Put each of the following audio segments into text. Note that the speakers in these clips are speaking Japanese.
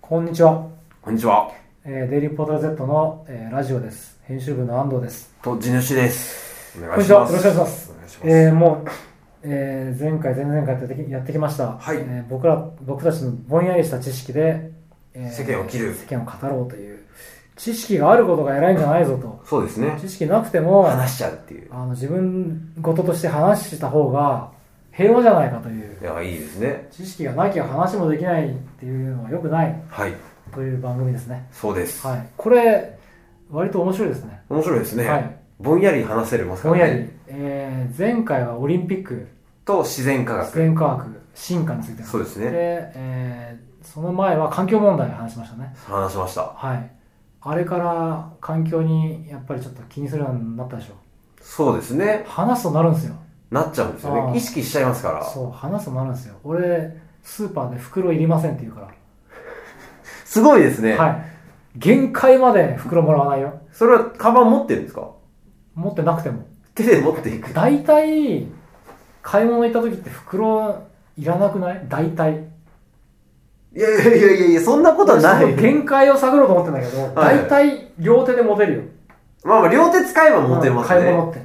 こんにちは、こんにちは。えーデイリーポータル Z の、えーラジオです編集部の安藤ですと地主です。おこんにちはよろしくお願いしまおす願いします。えーもう、えー前回前々回やってきやってきました、はいえー僕ら僕たちのぼんやりした知識で、え世間を切る世間を語ろうという知識があることが偉いんじゃないぞとそうですね。知識なくてもあ話しちゃうっていう。の自分事として話した方が平和じゃないかといういや、いいですね。知識がなきゃ話もできないっていうのは良くないはい。という番組ですねそうです。はいこれ割と面白いですね面白いですね。はいぼんやり話せれますかぼんらやねり。、えー前回はオリンピック、と自然科自学。然科学、進化についてそうですで、ね。えーその前は環境問題の話しましたね。話しました。はい。あれから環境にやっぱりちょっと気にするようになったでしょ。そうですね。話すとなるんですよ。なっちゃうんですよああね。意識しちゃいますから。そう、話すとなるんですよ。俺、スーパーで袋いりませんって言うかすごいですね。ら。はい。限界まで袋もらわないよ。それは、カバン持ってるんですか持ってなくても。手で持っていく。大体、買い物行った時って袋いらなくない大体。いやいやいやいやいや、そんなことはなそのい。限界を探ろうと思ってんだけど、はい大体両手で持てるよ。まあまあ、両手使えば持てます買いね。物って。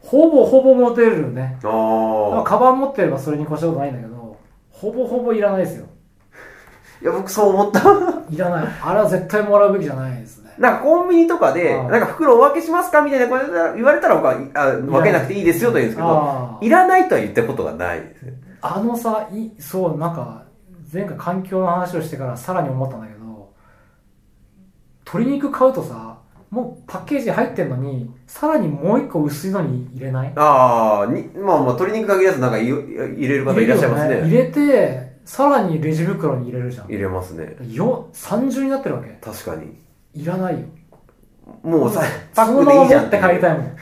ほぼほぼ持てるよね。まあああ。カバン持ってればそれに越したことないんだけど、ほぼほぼいらないですよ。いや、僕そう思った。いらない。あれは絶対もらうべきじゃないですね。なんかコンビニとかで、ああなんか袋お分けしますかみたいなこと言われたら僕はあ分けなくていいですよと言うんですけど、あーいらないとは言ったことがないですね。あのさ、いそう、なんか、前回環境の話をしてからさらに思ったんだけど、鶏肉買うとさ、もうパッケージ入ってんのに、さらにもう一個薄いのに入れないああ、にまあまあ鶏肉限らずなんかい入れる方いらっしゃいますね。入れて、さらにレジ袋に入れるじゃん。入れますね。よ30になってるわけ確かに。いらないよ。もうさ、パそのックまでいまいじ持ゃんって帰りたいもん。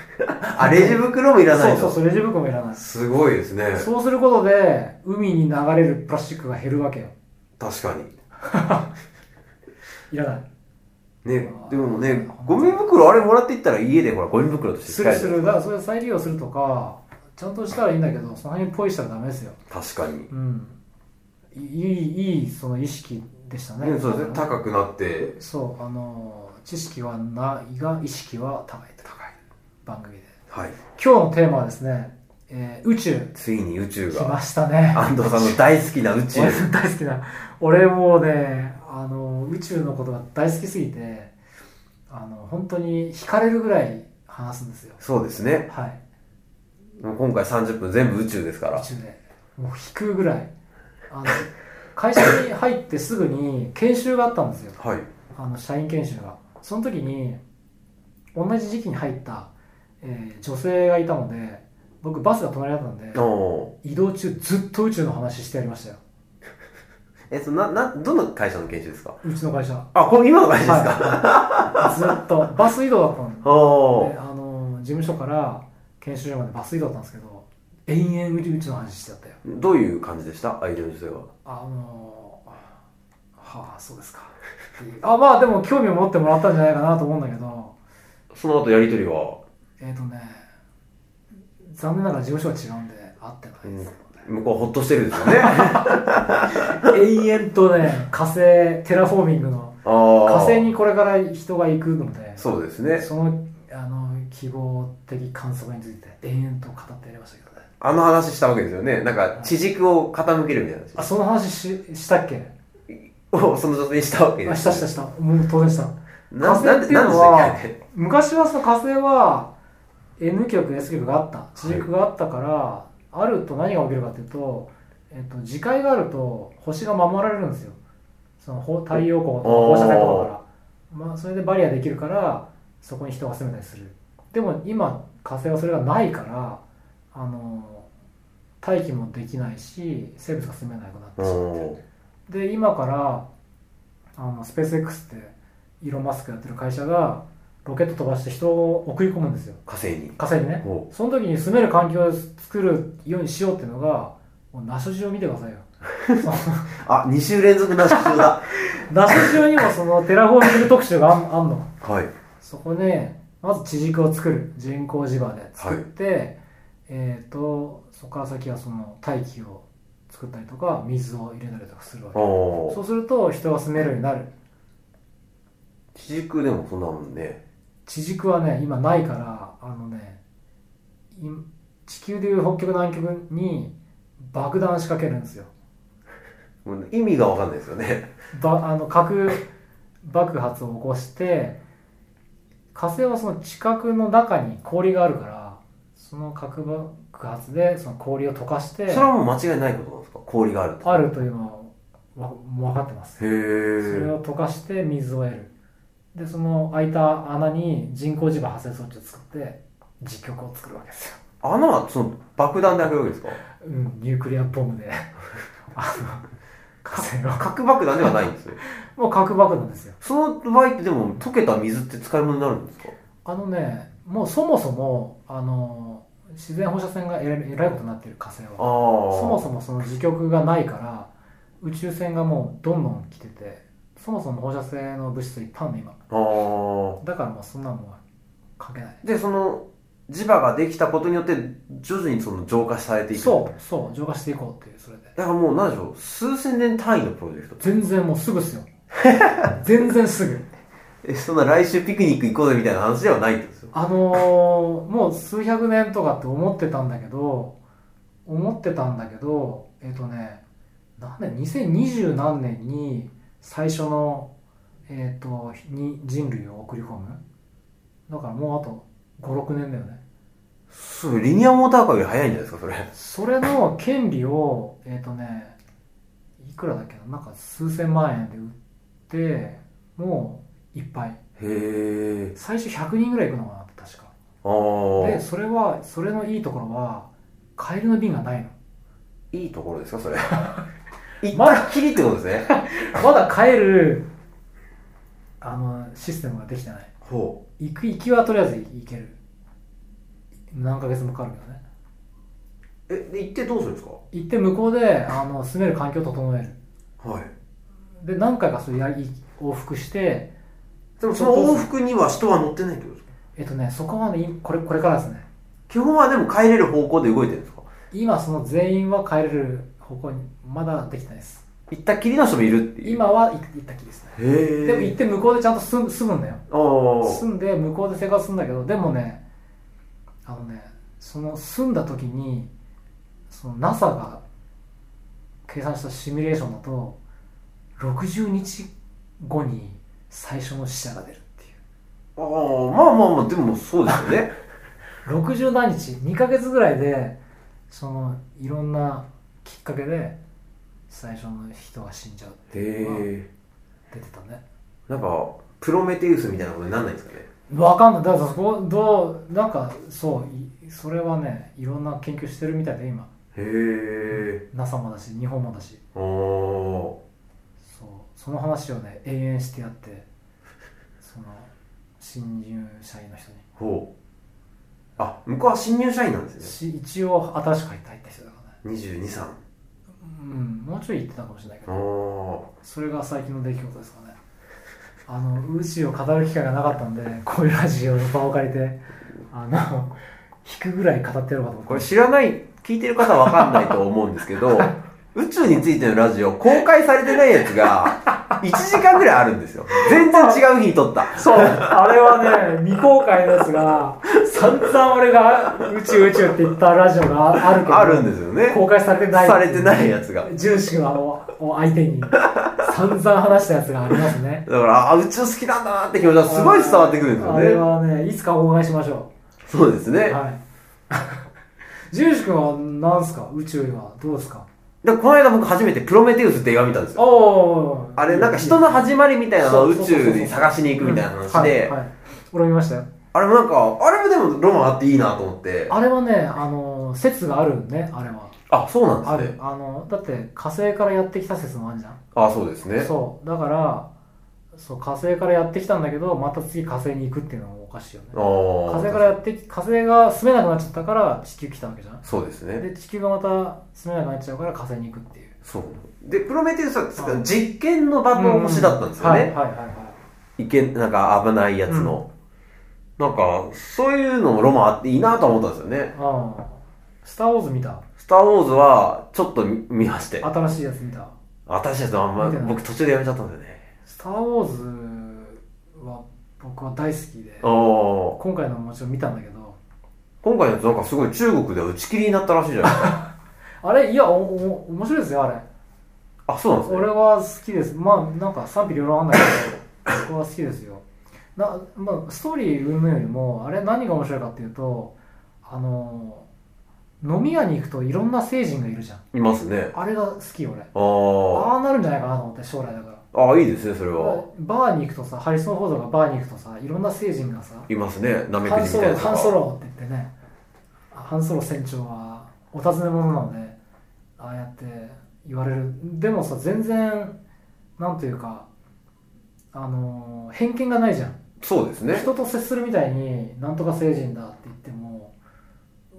あ、レジ袋もいらなそいうと。そうそう、レジ袋もいらない。すごいですね。そうすることで、海に流れるプラスチックが減るわけよ。確かに。いらない。ね、でもね、ゴミ袋あれもらっていったら家でほらゴミ袋としてす使えるる。する。だからそれ再利用するとか、ちゃんとしたらいいんだけど、その辺にポイしたらダメですよ。確かに。うん。いい、いい、その意識でしたね。ね、そうですね。高くなって、そう、あの、知識はないが、意識は高いと。高い。番組で。はい。今日のテーマはですね、えー宇宙。ついに宇宙来がま、したね。安藤さんの大好きな宇宙。 俺の大好きな俺もうねあの宇宙のことが大好きすぎてあの本当に惹かれるぐらい話すんですよそうですね。はいもう今回30分全部宇宙ですか宇ら。宙でもう引くぐらいあの会社に入ってすぐに研修があったんですよはい。あの社員研修がその時に同じ時期に入った、えー女性がいたので僕バスが隣だったんでお移動中ずっと宇宙の話してやりましたよーえ、そのな、な、どの会社の研修ですかうちの会社あ、これ今の会社ですか、はい、ずっとバス移動だったのおおであの事務所から研修所までバス移動だったんですけど延々うちうちの話してたよーどういう感じでした相手の女性は。あのはあそうですかっていうあまあでも興味を持ってもらったんじゃないかなと思うんだけどその後やりとりは、えっ、とね残念ながら事務所は違うんで会ってないです向こうはほっとしてるんですよ ね。けどね、延々とね火星テラフォーミングのあー火星にこれから人が行くのでそうですね。そのあの希望的観測について延々と語ってやりましたけどねあの話したわけですよね。なんか、地軸を傾けるみたいなあ話その話ししたっけを、その女性にしたわけであす。したしたしたもう当然したな火な星んっで、ていうなんでのしたはっけ昔はその火星は N 極 S 極があった地軸があったから、あると何が起きるかっていうと、えっと、磁界があると星が守られるんですよそのほ太陽光とか放射線とかから、まあ、それでバリアできるからそこに人が住めたりするでも今火星はそれがないからあの大気もできないし生物が住めなくなってしまっておーで今からあのスペース X ってイーロン・マスクやってる会社がロケット飛ばして人を送り込むんですよ火星に。火星にねおその時に住める環境を作るようにしようっていうのがもうナショジを見てくださいよ あ、2週連続なし中 だ。ナショジオにもそのテラフォーミング特集があんあんのはい。そこでまず地軸を作る人工磁場で作って、えっ、とそこから先はその大気を作作ったりとか水を入れたりとかするわけおそーうすると人が住めるようになる地軸でもそんなもんね地軸はね今ないからあのねい地球でいう北極南極に爆弾仕掛けるんですよもう意味が分かんないですよねばあの核爆発を起こして火星はその地殻の中に氷があるからその核爆発でその氷を溶かしてそれはもう間違いないことなんですか氷があるとあるというのはわもう分かってますへそれえを溶かして水を得るでその開いた穴に人工磁場発生装置を作って実局を作るわけですよ、穴はその爆弾で開けるわけですかうん、ニュークリアボムで あの火星を核爆弾ではないんですよもう核爆弾ですよその場合ってでも溶けた水って使い物になるんですかあのねもうそもそもあの自然放射線がえらえらいことになっている火星ああはそもそもその磁極がないから宇宙船がもうどんどん来ててそもそも放射性の物質いっぱいあるの今もあだからもうそんなのもうかけないあでその磁場ができたことによって徐々にその浄化されていくそうそう浄化していこうっていうそれでだからもう何でしょう数千年単位のプロジェクト全然もうすぐっすよ全然すぐえそんな来週ピクニック行こうぜみたいな話ではないんですよあのーもう数百年とかって思ってたんだけど思ってたんだけどえっ、とね何年2020何年に最初の、えっとに人類を送り込むだからもうあと56年だよねそうリニアモーターカーより早いんじゃないですかそれそれの権利をえっ、とねいくらだっけななんか数千万円で売ってもういっぱいへえ最初100人ぐらい行くのかなって確かあであそれはそれのいいところは帰りの便がないのいいところですかそれ一ま旦きりってことですねまだ帰るあのシステムができてないほ行く行きはとりあえず行ける何ヶ月もかかるけどねうえで行ってどうするんですか行って向こうであの住める環境を整えるはいで何回かそれやり往復してでもその往復には人は乗ってないってことですかえっとねそこはねいこれこれからですね基本はでも帰れる方向で動いてるんですか今その全員は帰れる方向にまだできてないです行ったきりの人もいるっていう今は行行った気ですねへえでも行って向こうでちゃんと住む住むんだよああ住んで向こうで生活するんだけどでもねあのねその住んだ時にその NASA が計算したシミュレーションだと60日後に最初の死者が出るっていああまあまあまあでもそうですよねう60何日2ヶ月ぐらいでそのいろんなきっかけで最初の人が死んじゃうっていうのが へ出てたねえんかプロメテウスみたいなことにならないんですかねわかんないだからそこどうなんかそういそれはねいろんな研究してるみたいで今へえ NASA もだし日本もだしああそうその話をね永遠してやってその新入社員の人にほうあ向こうは新入社員なんですし一応新しく入った入った人だからねね223うんもうちょい言ってたかもしれないけあどーそれが最近の出来事ですかねあの宇宙を語る機会がなかったんでこういうラジオの場を借りてあの引くぐらい語ってやろうかと思ってこれ知らない聞いてる方は分かんないと思うんです けど宇宙についてのラジオ公開されてないやつが1時間ぐらいあるんですよ全然違う日に撮ったそう、あれはね、未公開のやつが、散々俺が宇宙宇宙って言ったラジオがあるけど、あるんですよね公開されてない。されてないやつが重視をを相手に、散々話したやつがありますね。だからあ宇宙好きなんだなって気持ちがすごい伝わってくるんですあれよねはね、いつか公開しましょそうですう。ねはい。 重視君は何すか宇宙はどうですかでこの間僕初めてプロメテウスって映画見たんですよおーあれなんか人の始まりみたいなのをそう宇そうそうそう宙に探しに行くみたいな話でうんはいはい俺見ましたよ。あれもなんか、あれもでもロマンあっていいなと思って。あれはね、あの、説があるね、あれは。あ、そうなある。。あの、だって火星からやってきた説もあるじゃん。あ、そうですね。そうだからそう火星からやってきたんだけどまた次火星に行くっていうのもおかしいよねあ火ー星からやってき火星が住めなくなっちゃったから地球来たわけじゃんそうですね。で地球がまた住めなくなっちゃうから火星に行くっていうそう。で、プロメテウスうはん実験の場の星だったんですようね。はいはいはいはいけ、なんか危ないやつの。なんか、そういうのもロマンあっていいなと思ったんですよね。いああスター・ウォーズ見たスター・ウォーズは、ちょっと見見まして。新しいやつ見た私たちのあんま見て、ない僕途中でやめちゃったんだよね。 「スター・ウォーズ」は僕は大好きでおー。今回のももちろん見たんだけど今回のやつなんかすごい中国では打ち切りになったらしいじゃないですか。あれいやおお面白いですよあれ あ、そうなんですね俺。は好きですまあなんか賛否両論あんだけど僕は好きですよな、まあ、ストーリー云々よりもあれ何が面白いかっていうとあの飲み屋に行くといろんな成人がいるじゃんいますね。あれが好き俺あー。ああなるんじゃないかなと思って将来だからあー、いいですね、それは。バーに行くとさハリソン・フォードがバーに行くとさいろんな成人がさいますね。なめくハンじみソたいロな。ハンソ。ロって言ってねハンソロ船長はお尋ね者なのでああやって言われるでもさ全然なんというかあのー偏見がないじゃん、そうですね。人と接するみたいになんとか成人だって言っても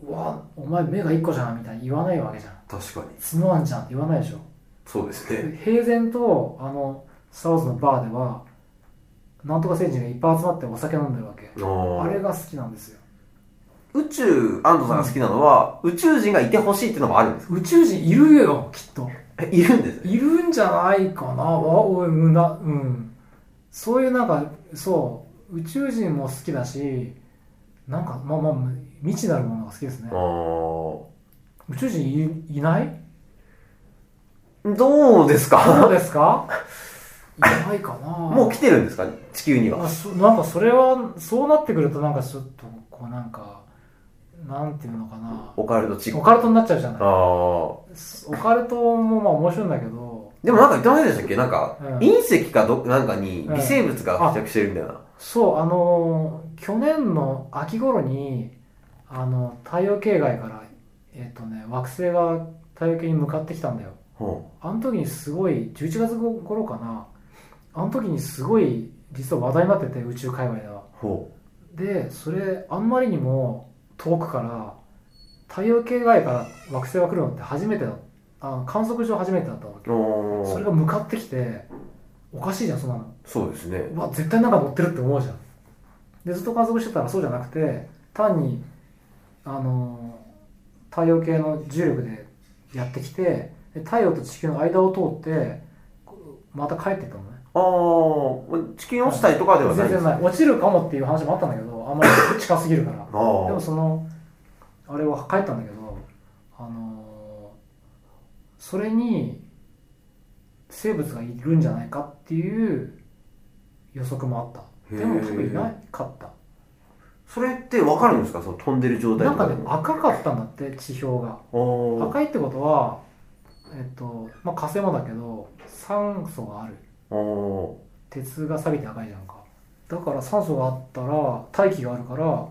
うわお前目が一個じゃんみたいに言わないわけじゃん確かに。角あんじゃんって言わないでしょそうですね。平然とあのスター・ウォーズのバーではなんとか成人がいっぱい集まってお酒飲んでるわけあーあれが好きなんですよ宇宙、安藤さんが好きなのは、宇宙人がいてほしいっていうのもあるんですか宇宙人いるよきっとえ、いるんですね。いるんじゃないかなわおい無駄うんそういうなんかそう宇宙人も好きだしなんかまあまあ未知なるものが好きですねあー宇宙人いいないどうですどかうですかいないかなもう来てるんですか地球には。あそなんかそれはそうなってくるとなんかちょっとこうなんかなんていうのかなオカルトチック。オカルトになっちゃうじゃないあーオカルトもまあ面白いんだけどでもなんか言ってませんでしたっけなんか、うん隕石かど、なんかにうん微生物が付着してるみたいな。そうあのー去年の秋頃にあの太陽系外からえっ、とね惑星が太陽系に向かってきたんだよほあの時にすごい11月頃かなあの時にすごい実は話題になってて宇宙界隈ではう。ほでそれあんまりにも遠くから太陽系外から惑星が来るのって初めてだあ観測上初めてだったわけう。おそれーが向かってきておかしいじゃんそんなのそうですね。うわ絶対なんか乗ってるって思うじゃんでずっと観測してたらそうじゃなくて単にあのー太陽系の重力でやってきてで太陽と地球の間を通ってこうまた帰ってったのねあー、地球に落ちたりとかではな全いです然なね。い落ちるかもっていう話もあったんだけどあんまり近すぎるからあでもー。そのあれは帰ったんだけどあのーそれに生物がいるんじゃないかっていう予測もあったでもへー特になかったそれってわかるんですかその飛んでる状態なとんかかねでも。赤かったんだって地表があー赤いってことはえっとまあ火星もだけど酸素があるあー。鉄が錆びて赤いじゃんかだから酸素があったら大気があるから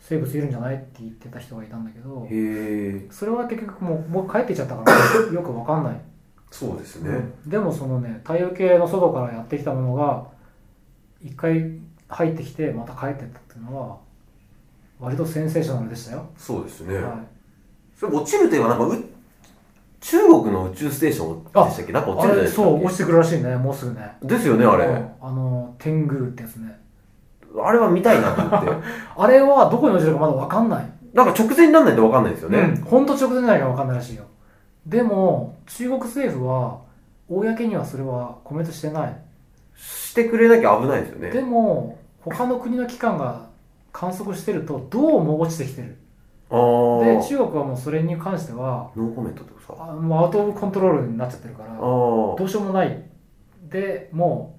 生物いるんじゃないって言ってた人がいたんだけどへえ。それは結局もうもう帰ってきちゃったから よくわかんない、そうですね。うんでもそのね太陽系の外からやってきたものが一回入ってきてまた帰ってったっていうのは割とセンセーショナルでしたよ、そうですね。はい、それ落ちるといえばなんかう中国の宇宙ステーションでしたっけなんか落ちあるじゃないれですかそう落ちてくるらしいねもうすぐねですよねあれ、うんあの天狗ってやつねあれは見たいなと思って あれはどこに落ちるかまだわかんないなんか直前になんないと分かんないですよね、うん、ほんと直前じゃないか分かんないらしいよでも中国政府は公にはそれはコメントしてないしてくれなきゃ危ないですよねでも他の国の機関が観測してるとどうも落ちてきてるああで中国はもうそれに関してはノーコメントってことかあもうアウト・オブ・コントロールになっちゃってるかあらどーうしようもないでも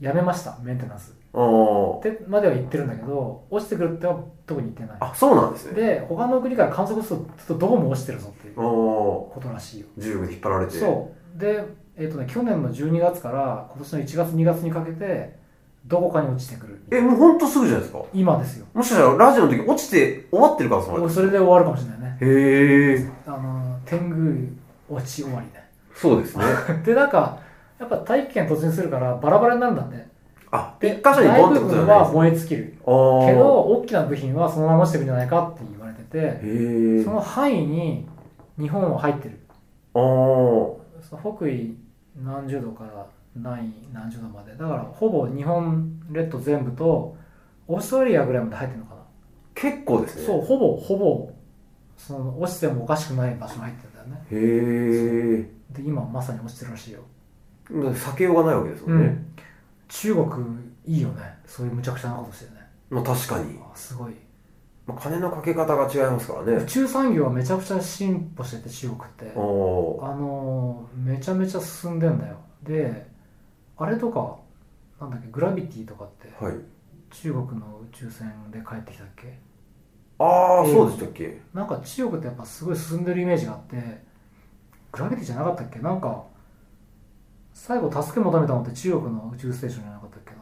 うやめましたメンテナンスあーでまでは言ってるんだけど落ちてくるっては特に言ってないあそうなんですねで他の国から観測するとどうも落ちてるぞっていうああことらしいよ重力に引っ張られてそうで、えっとね、去年の12月から今年の1月2月にかけてどこかに落ちてくるえもうほんとすぐじゃないですか今ですよもしかしたらラジオの時落ちて終わってる可能性もあるそれで終わるかもしれないねへえあの天狗落ち終わりねそ うですねでなんかやっぱ大気圏突入するからバラバラになるんだってあ一で箇所に大ボンって部ことじゃ分ないではすか燃え尽きるああけど大きな部品はそのまま落ちてくるんじゃないかって言われててへえその範囲に日本は入ってるああその北緯何十度から何位何十度までだからほぼ日本列島全部とオーストラリアぐらいまで入ってるのかな、結構ですねそうほぼほぼその落ちてもおかしくない場所に入ってんだよねへえで今まさに落ちてるらしいよ、避けようがないわけですもんね、中国いいよねそういうむちゃくちゃなことしてねまあ確かに、あすごいまあ、金のかけ方が違いますから宇ね宙産業はめちゃくちゃ進歩してて中国っておおあのーめちゃめちゃ進んでんだよであれとかなんだっけグラビティとかってーはい中国の宇宙船で帰ってきたっけああうんそうでしたっけなんか中国ってやっぱすごい進んでるイメージがあってグラビティじゃなかったっけなんか最後助け求めたのって中国の宇宙ステーションじゃなかったっけな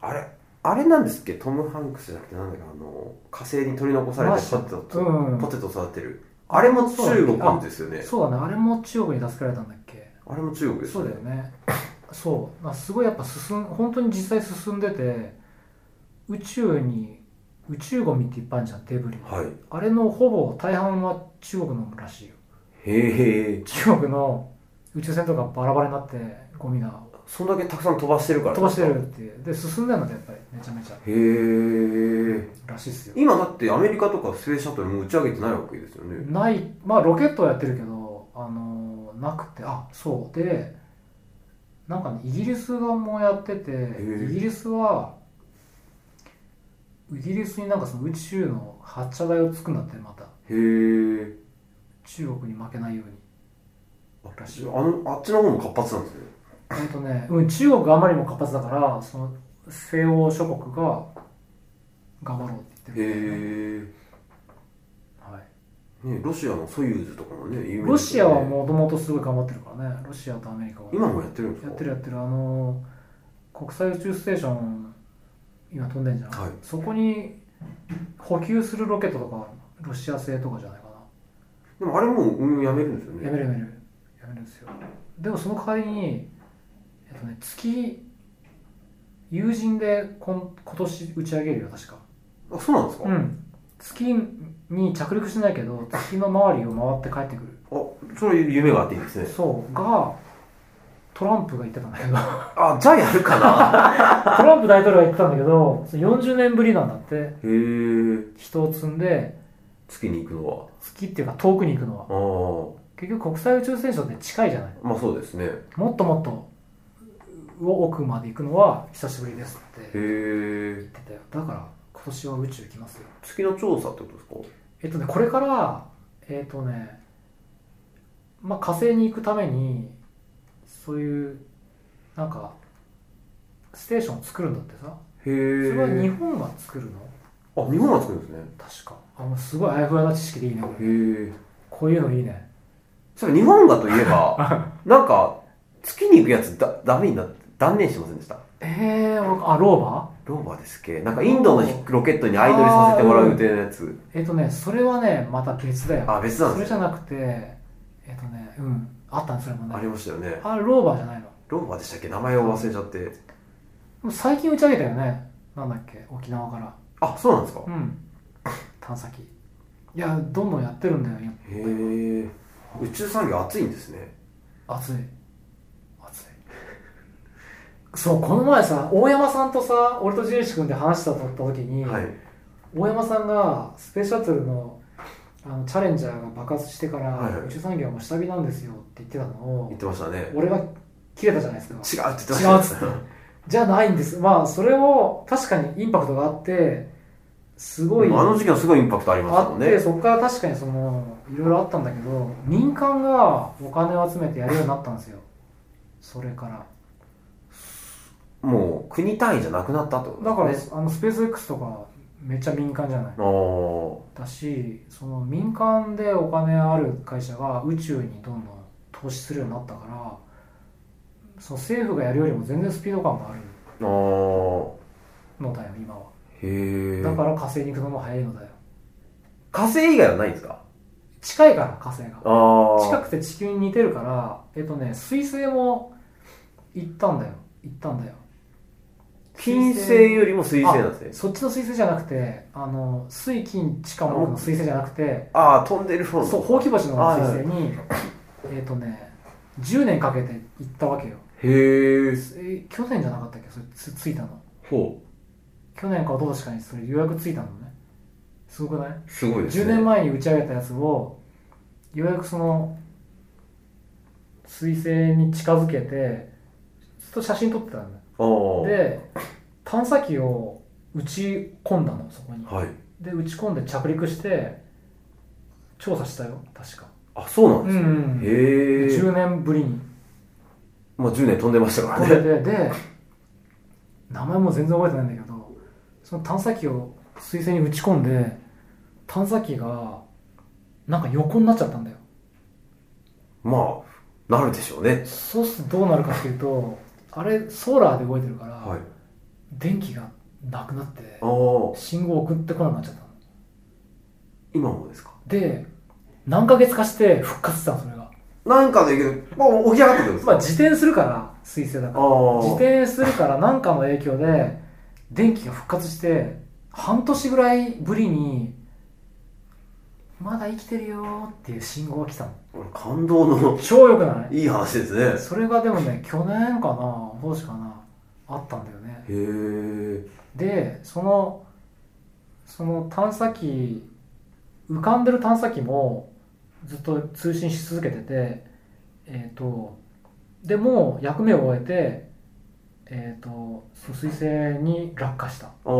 あれあれなんですっけトム・ハンクスじゃなくてなんだっけあの火星に取り残されマてーシポャテト、うんポテト育てるあれも中国ですよねそうだねあれも中国に助けられたんだっけあれも中国ですそうだよねそう、まあ、すごいやっぱ進ん本当に実際進んでて宇宙に宇宙ゴミっていっぱいあるじゃんデブリはいあれのほぼ大半は中国のらしいよへえ中国の宇宙船とかバラバラになってゴミがそんだけたくさん飛ばしてるから飛ばしてるっていうで進んでるのってやっぱりめちゃめちゃへえらしいっすよ今だってアメリカとかスペースシャトルもう打ち上げてないわけですよねないまあロケットはやってるけどあのーなくてあそうでなんかねイギリスがもうやっててーイギリスはイギリスになんかその宇宙の発射台を作るんだってまたへえ中国に負けないようにあらしいあのあっちの方も活発なんですねほんとね、うん、中国があまりにも活発だからその西欧諸国が頑張ろうって言ってるんですよね、へはいえ、ね、ロシアのソユーズとかもね有名ですよねロシアはもともとすごい頑張ってるからねロシアとアメリカは今もやってるんですかやってるやってるあの国際宇宙ステーション今飛んでんじゃん、はいそこに補給するロケットとかロシア製とかじゃないかでもあれもう運用やめるんですよな、ねやめるやめるやめるんですよでもその代わりに、えっとね、月友人でこん今年打ち上げるよ確かあそうなんですか、うん月に着陸しないけど月の周りを回って帰ってくるあそれ夢があっていいですねそうがトランプが言ってたんだけど あじゃあやるかなトランプ大統領が言ってたんだけどその40年ぶりなんだってへえ人を積んで月に行くのは月っていうか遠くに行くのはあ結局国際宇宙ステーションって近いじゃないあまあそうですねへもっともっとう奥まで行くのは久しぶりですって言えってたよだから今年は宇宙行きますよ月の調査ってことですえっとねこれからえっとねまあ火星に行くためにそういうなんかステーションを作るんだってさかへそえれは日本が作るのあ日本が作るんですね確かあもうすごいあやふやな知識でいいねこれへえこういうのいいね。それ日本がとい えばなんか月に行くやつだダメになって断念してませんでしたええあ、ローバローバーですっけなんかインドのロケットに相乗りさせてもらう予定のやつーえっ、とね、それはね、また別だよ。あ別なんそれですじゃねなくて、えっ、とね、うん、あったんそれもありね。ましたよねあれ、ローバーじゃないの。ローバーでしたっけ名前を忘れちゃってもう最近打ち上げたよね。なんだっけ、沖縄から。あそうなんですかうん。探査機。いや、どんどんやってるんだよ、今へえ宇宙産業熱いんですね暑い。暑い。そう、この前さ、大山さんとさ、俺とジェイシ君で話したとった時に、はい大山さんがスペースシャトルのあのチャレンジャーが爆発してから、はいはい宇宙産業はもう下火なんですよって言ってたのを言ってましたね俺が切れたじゃないですか違うって言ってま違うっしつったてねじゃないんですまあそれを確かにインパクトがあってすごいあの事件はすごいインパクトありましたあもっんてねそこから確かにそのいろいろあったんだけど民間がお金を集めてやるようになったんですよそれからもう国単位じゃなくなったってことだから、ですねあのスペース X とかめっちゃ民間じゃないあーだしその民間でお金ある会社が宇宙にどんどん投資するようになったからその政府がやるよりも全然スピード感があるあーのだよ今はへえだから火星に行くのも早いのだよ火星以外はないんですか近いから火星がああ近くて地球に似てるからえっとね水星も行ったんだよ行ったんだよ金星よりも水星なんですねそっちの水星じゃなくてあの水金地下木の水星じゃなくてああー飛んでる方のそうほうき星の水星にえっとね10年かけて行ったわけよへええ去年じゃなかったっけそれつついたのほ去年かどうしかにそれ予約ついたのねすごくないすごいですね。 10年前に打ち上げたやつをようやくその彗星に近づけてずっと写真撮ってたんだよおーで探査機を打ち込んだのそこにはい。で打ち込んで着陸して調査したよ確かあ、そうなんうですね。ん、うん、へえ。 10年ぶりにまあ10年飛んでました飛かんらね。でてで名前も全然覚えてないんだけどその探査機を彗星に打ち込んで探査機がなんか横になっちゃったんだよまあ、なるでしょうね。そうするとどうなるかっていうとあれソーラーで動いてるから、はい。電気がなくなってああ、信号送ってこなくなっちゃったの今もですか。で何ヶ月かして復活したのそれがなんかだけど、まあ起き上がってくるんですまか。あ自転するから彗星だあからあ。自転するから何かの影響で電気が復活して半年ぐらいぶりにまだ生きてるよーっていう信号が来たの感動の超良くないいい話ですね。それがでもね去年かな今年かなあったんだよねへえ。でそのその探査機浮かんでる探査機もずっと通信し続けててえっ、とでもう役目を終えてえっ、とその彗星に落下したあであ。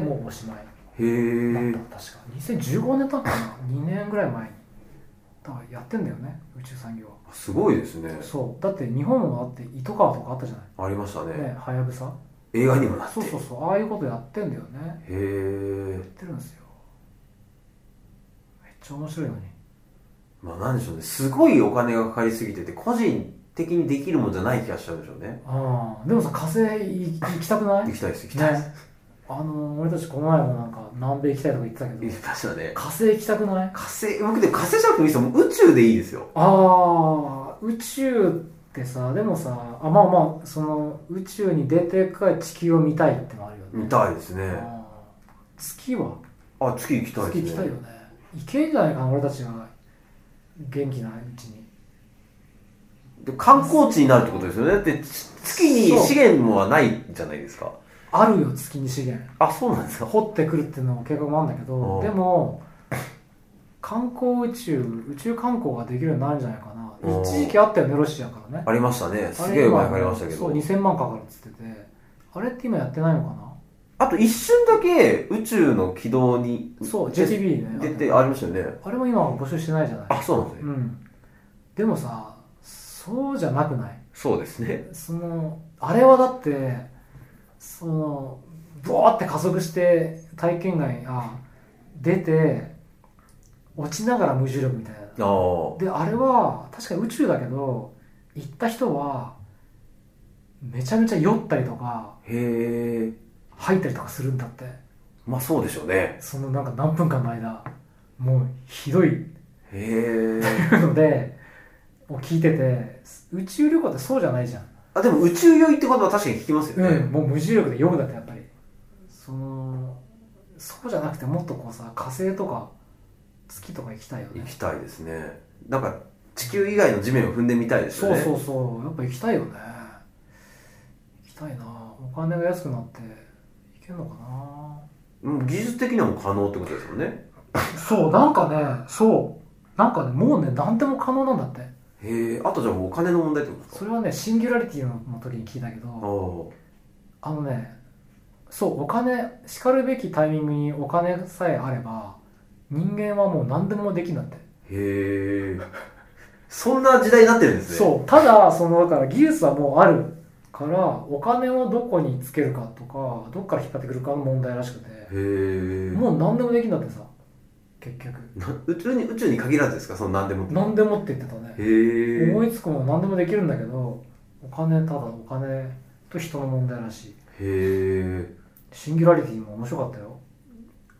もうおしまいへだっえた。確か2015年だったかな2年ぐらい前にだからやってんだよね宇宙産業はすごいですね。そうだって日本はだって糸川とかあったじゃありましたないね。ねはやぶさ映画にもなって。そうそうそうああいうことやってんだよねへえ。やってるんですよめっちゃ面白いのにまあなんでしょうね。すごいお金がかかりすぎてて、個人的にできるもんじゃない気がしちゃうんでしょうね。ああでもさ火星い行きたくない行ねきたいです、行きたいです。あの俺たちこの前もなんか南米行きたいとか言ってたけ行どきましたね。火星行きたくない火星、僕でも火星じゃなくてもいいですよ。もう宇宙でいいですよ。ああ宇宙ってさでもさあまあまあその宇宙に出てから地球を見たいってのあるよね見たいですね。ああ月はあ、月行きたい月行できすたいよね。ね行けんじゃないかな俺たちが元気なうちにで観光地になるってことですよね。だって、ち月に資源もはないじゃないですか。あるよ月に資源あ、そうなんですか。掘ってくるっていうのも計画もあるんだけど、うんでも観光宇宙宇宙観光ができるようになるんじゃないかな、うん一時期あったよねロシアからねありましたね。すあれげえ今前かりましたけそうど。 2000万かかるっつっててあれって今やってないのかあと一瞬だけ宇宙の軌道になそうで JTB ね出てああれりましたよね。あれも今は募集してないじゃないあ、そうなんですうね。んでもさそうじゃなくないそうですね。そのあれはだってそのブワーって加速して体験外あ出て落ちながら無重力みたいなああ。であれは確かに宇宙だけど行った人はめちゃめちゃ酔ったりとかへえ。吐いたりとかするんだってまあそうでしょうね。そのなんか何分間の間もうひどいへえ。のでを聞いてて宇宙旅行ってそうじゃないじゃんあ、でも宇宙酔いって言葉確かに聞きますよね。うん、もう無重力で読むだってやっぱりそのそうじゃなくてもっとこうさ火星とか月とか行きたいよ行ねきたいですね。なんか地球以外の地面を踏んでみたいですよそうね。そうそうやっぱ行きたいよね行きたいなお金が安くなって行けるのかなうん技術的にはもう可能ってことですよね。そうなんかねそうなんかねもうね何でも可能なんだってへえ。あとじゃあもうお金の問題ってことですそか。れはねシンギュラリティの時に聞いたけあどーあのねそうお金しかるべきタイミングにお金さえあれば人間はもう何でもできるんだってへえ。そんな時代になってるんですね。そうただそのだから技術はもうあるからお金をどこにつけるかとかどっから引っ張ってくるかの問題らしくてへえ。もう何でもできるんだってさ結局な宇宙に宇宙に限らずですかその何でも。何でもって言ってたねへえ。思いつくもの何でもできるんだけどお金ただお金と人の問題らしいへえ。シンギュラリティも面白かったよ、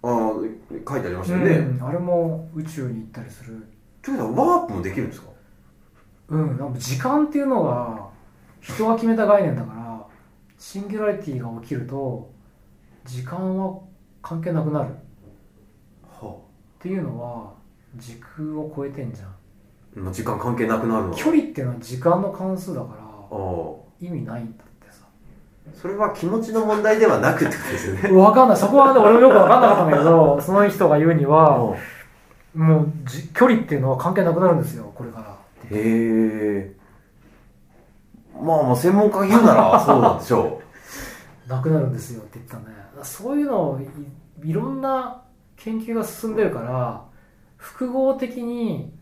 ああ書いてありましたよね。うん、あれも宇宙に行ったりするということはワープもできるんですか。うんなんか時間っていうのが人が決めた概念だからシンギュラリティが起きると時間は関係なくなるはっていうのは時空を超えてんじゃんあ。まあ時間関係なくなるのは。距離っていうのは時間の関数だかああ。ら意味ないんだってさそれは気持ちの問題ではなくってことですよね。分かんないそこはね俺もよく分かんなかったんだけどその人が言うにはうんもうじ距離っていうのは関係なくなるんですよこれからへえ。まあまあ、専門家が言うなら、そうなんでしょ。なくなるんですよって言ってたねそういうのをいいろんな研究が進んでるから複合的に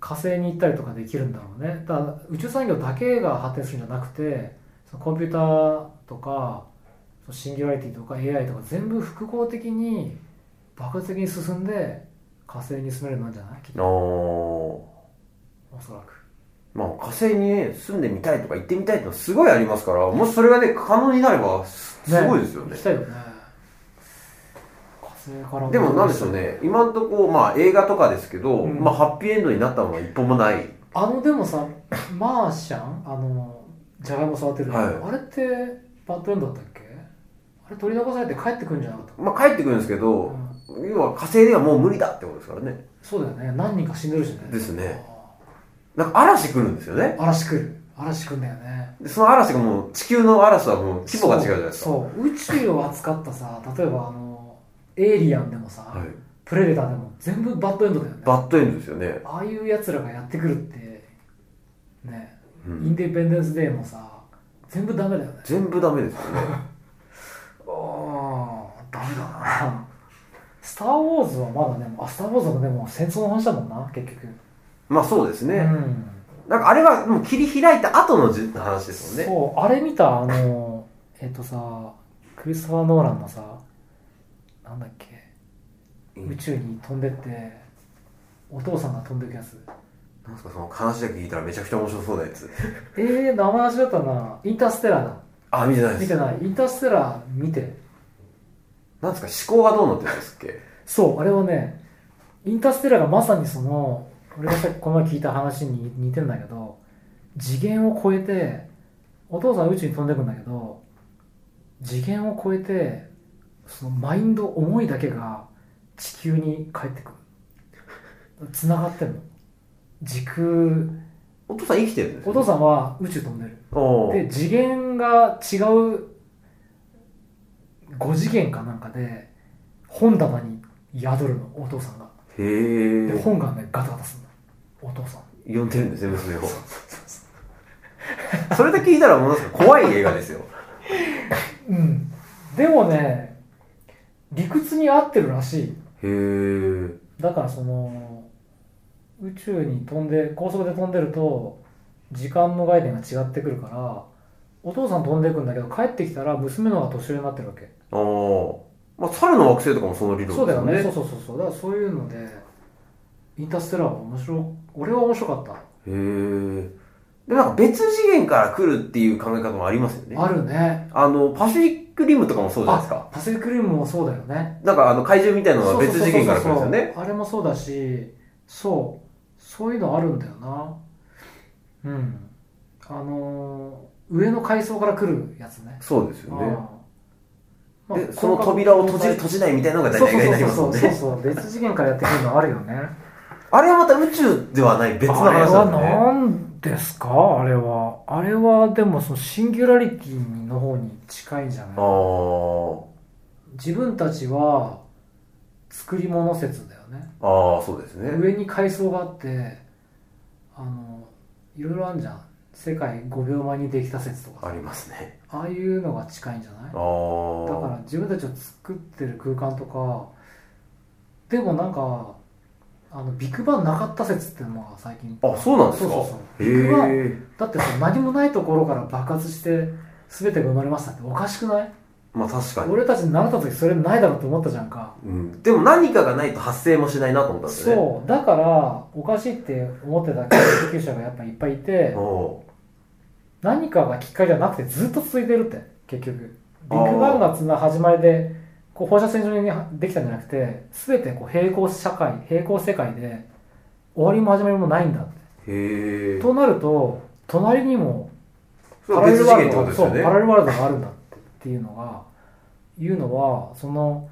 火星に行ったりとかできるんだろうねだから宇宙産業だけが発展するんじゃなくてそのコンピューターとかそのシンギュラリティとか AI とか全部複合的に爆発的に進んで火星に住めるようになるんじゃないう あおそらくあ。まあ、火星にね、住んでみたいとか行ってみたいってのはすごいありますから、もしそれがね、可能になれば、すねすごいですよね行き。たいよね火星からでもなんでしょうね、今んとこ、まあ映画とかですけど、うんまあハッピーエンドになったのは一本もない。あのでもさ マーシャンあのじゃがいも触ってる、はいあれってバッドエンドだったっけあれ取り残されて帰ってくるんじゃなかったっけまあ帰ってくるんですけうど、ん要は火星ではもう無理だってことですからね。そうだよね何人か死んでるしねですねあなんか嵐来るんですよね。ー嵐来る嵐来るんだよねでその嵐がもう、地球の嵐はもう規模が違うじゃないですか。そうそう宇宙を扱ったさ例えばあのエイリアンでもさ、はい。プレデターでも全部バッドエンドだよねバッドエンドですよね。ああいうやつらがやってくるってね、うんインディペンデンス・デーもさ全部ダメだよね全部ダメですよね。ああ、ダメだな。スター・ウォーズはまだね、あ、スター・ウォーズもでも戦争の話だもんな、結局。まあそうですうね。ん。なんかあれはもう切り開いた後のじ話ですもんね。そう、あれ見た、あの、えっ、とさ、クリストファー・ノーランのさ、なんだっけ、うん宇宙に飛んでって、お父さんが飛んでいくやつ。なんすかその話だけ聞いたらめちゃくちゃ面白そうなやつ。えー、名前忘れちゃったな。インターステラーだ。あ、見てないで見すて。ない。インターステラー見て。なんですか思考がどうなってるんですっけそう、あれはね、インターステラーがまさにその、俺がさっきこの前聞いた話に似てんだけど、次元を超えて、お父さんは宇宙に飛んでくんだけど、次元を超えて、そのマインド、思いだけが地球に帰ってくる。繋がってんの。時空、お父さん生きてるんですお父ん。さんは宇宙飛んでる。おーで次元が違う5次元かなんかで本棚に宿るのお父さんがへでー本がねガタガタするのお父さん呼んでるんですね、娘を。それで聞いたらもうなんすか怖い映画ですよ。うんでもね理屈に合ってるらしいへーだからその宇宙に飛んで高速で飛んでると時間の概念が違ってくるからお父さん飛んでいくんだけど帰ってきたら娘の方が年上になってるわけあー。まあ、猿の惑星とかもその理論ですそうだよよね。ねそうそうそうそうだからそういうのでインターステラーは面白俺は面白かっへーで、なんか別次元から来るっていう考え方もありますよねた。あるねあの、パシフィックリムとかもそうじゃないですか。パセフィックリムもそうだよねなんかあの怪獣みたいなのが別次元から来そうそうそるんですようそうね。あれもそうだしそうそういうのあるんだよなうんあのー上の階層から来るやつねそうですよね。あーまあで、その扉を閉じる、閉じないみたいなのが大そうそ体うになりますそもうんそうね。そう別次元からやってくるのあるよねあれはまた宇宙ではない別の話なんですあれね。は何ですかあれはあれはでもそのシンギュラリティの方に近いんじゃあないー自分たちは作り物説だよねあー、そうですね。上に階層があってあのいろいろあるじゃん世界5秒前にできた説とかさありますね。ああいうのが近いんじゃないあだかーら自分たちを作ってる空間とかでもなんかあのビッグバンなかった説っていうのが最近あ、そうなんですかそうそうそうへビッグバンえ。だってさ何もないところから爆発して全てが生まれましたっておかしくないまあ確かに。俺たち習った時それないだろうと思ったじゃんかうん、でも何かがないと発生もしないなと思ったんですね。そうだからおかしいって思ってた研究者がやっぱいっぱいいてお何かがきっかけじゃなくてずっと続いてるって結局ビッグバンがつな始まりでこう放射線上にできたんじゃなくて全てこう平行社会平行世界で終わりも始まりもないんだってうへえ。となると隣にもそれは別次元ってことですよそうねパ。ラレルワールドがあるんだってっていうのがいうのはその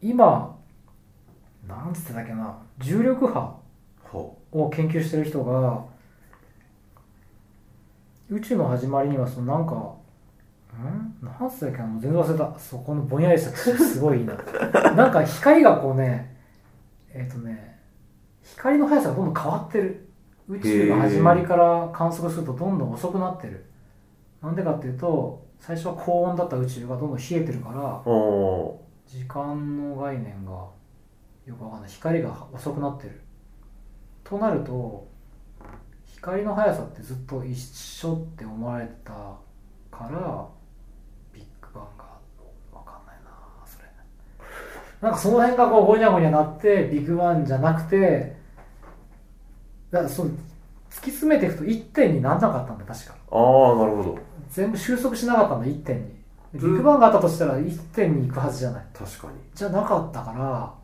今なんつってたっけな重力波ほを研究してる人が宇宙の始まりにはそのなんか何歳だっけなもう全然忘れたそこのぼんやりした知識すごいいいな なんか光がこうねえっ、とね光の速さがどんどん変わってる宇宙の始まりから観測するとどんどん遅くなってるなんでかっていうと最初は高温だった宇宙がどんどん冷えてるからお時間の概念がよくわかんない光が遅くなってるとなると光の速さってずっと一緒って思われてたからビッグバンがわかんないなそれなんかその辺がこうごにゃごにゃなってビッグバンじゃなくてだからその突き詰めていくと1点にならなかったんだ確かーああなるほど全部収束しなかったんだ1点にビッグバンがあったとしたら1点に行くはずじゃない確かにじゃなかったから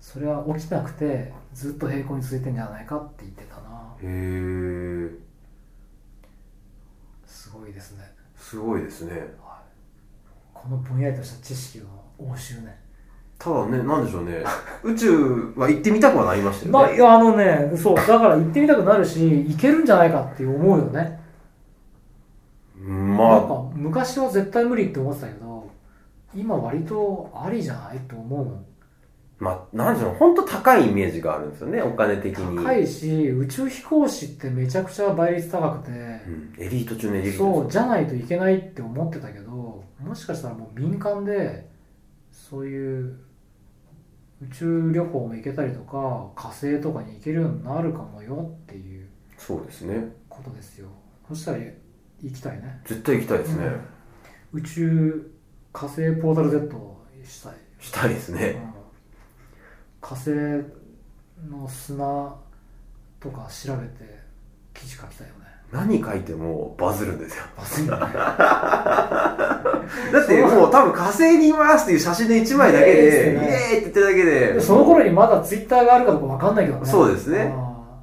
それは起きなくてずっと平行に続いてんじゃないかって言ってたなへえすごいですね、すごいですねはい、このぼんやりとした知識の応酬ねただねなんでしょうね宇宙は行ってみたくはなりましたよね、まあいやあのねそうだから行ってみたくなるし行けるんじゃないかって思うよねまなあんか昔は絶対無理って思ってたけど今割とありじゃないと思うもんまあ、なんでしょう、本当高いイメージがあるんですよね、お金的に。高いし宇宙飛行士ってめちゃくちゃ倍率高くて、うん、エリート中のエリート。そうじゃないといけないって思ってたけどもしかしたらもう民間でそういう宇宙旅行も行けたりとか火星とかに行けるようになるかもよっていうそうですね。ことですよそしたら行きたいね絶対行きたいですね。宇宙火星ポータル Z をしたい、したいですうね。ん火星の砂とか調べて記事書きたいよね何書いてもバズるんですよ。バズんだねだってもう多分火星にいますっていう写真の1枚だけで、イエねーイって言ってるだけで。でその頃にまだツイッターがあるかどうかわかんないけどねそうですねあ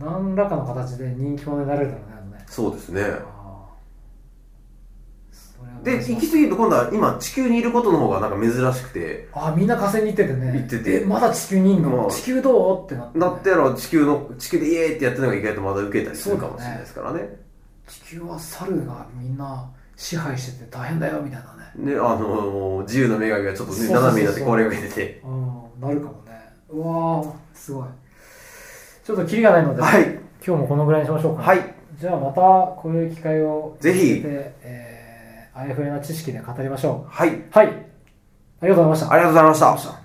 ー何らかの形で人気者になれるだろうねあのねそうですね。あーそれはで、嬉しい行き過ぎると今度は今地球にいることの方がなんか珍しくて、あーみんな火星に行っててね行っててえまだ地球にいんまのあ地球どうってなって、だってやろ地球の、地球でイエーイってやってるのが意外とまだ受けたりするかもしれないですからね。地球は猿がみんな支配してて大変だよみたいなねね、あの自由の女神がちょっとそうそうそうね、そう斜めになって壊れかけてて。うんなるかもねうわーすごいちょっとキリがないので、はい。今日もこのぐらいにしましょうかはい。じゃあまたこういう機会をぜひ見つけて、えーあやふやな知識で語りましょはい。う。はい。ありがとうございましたあ。りがとうございました。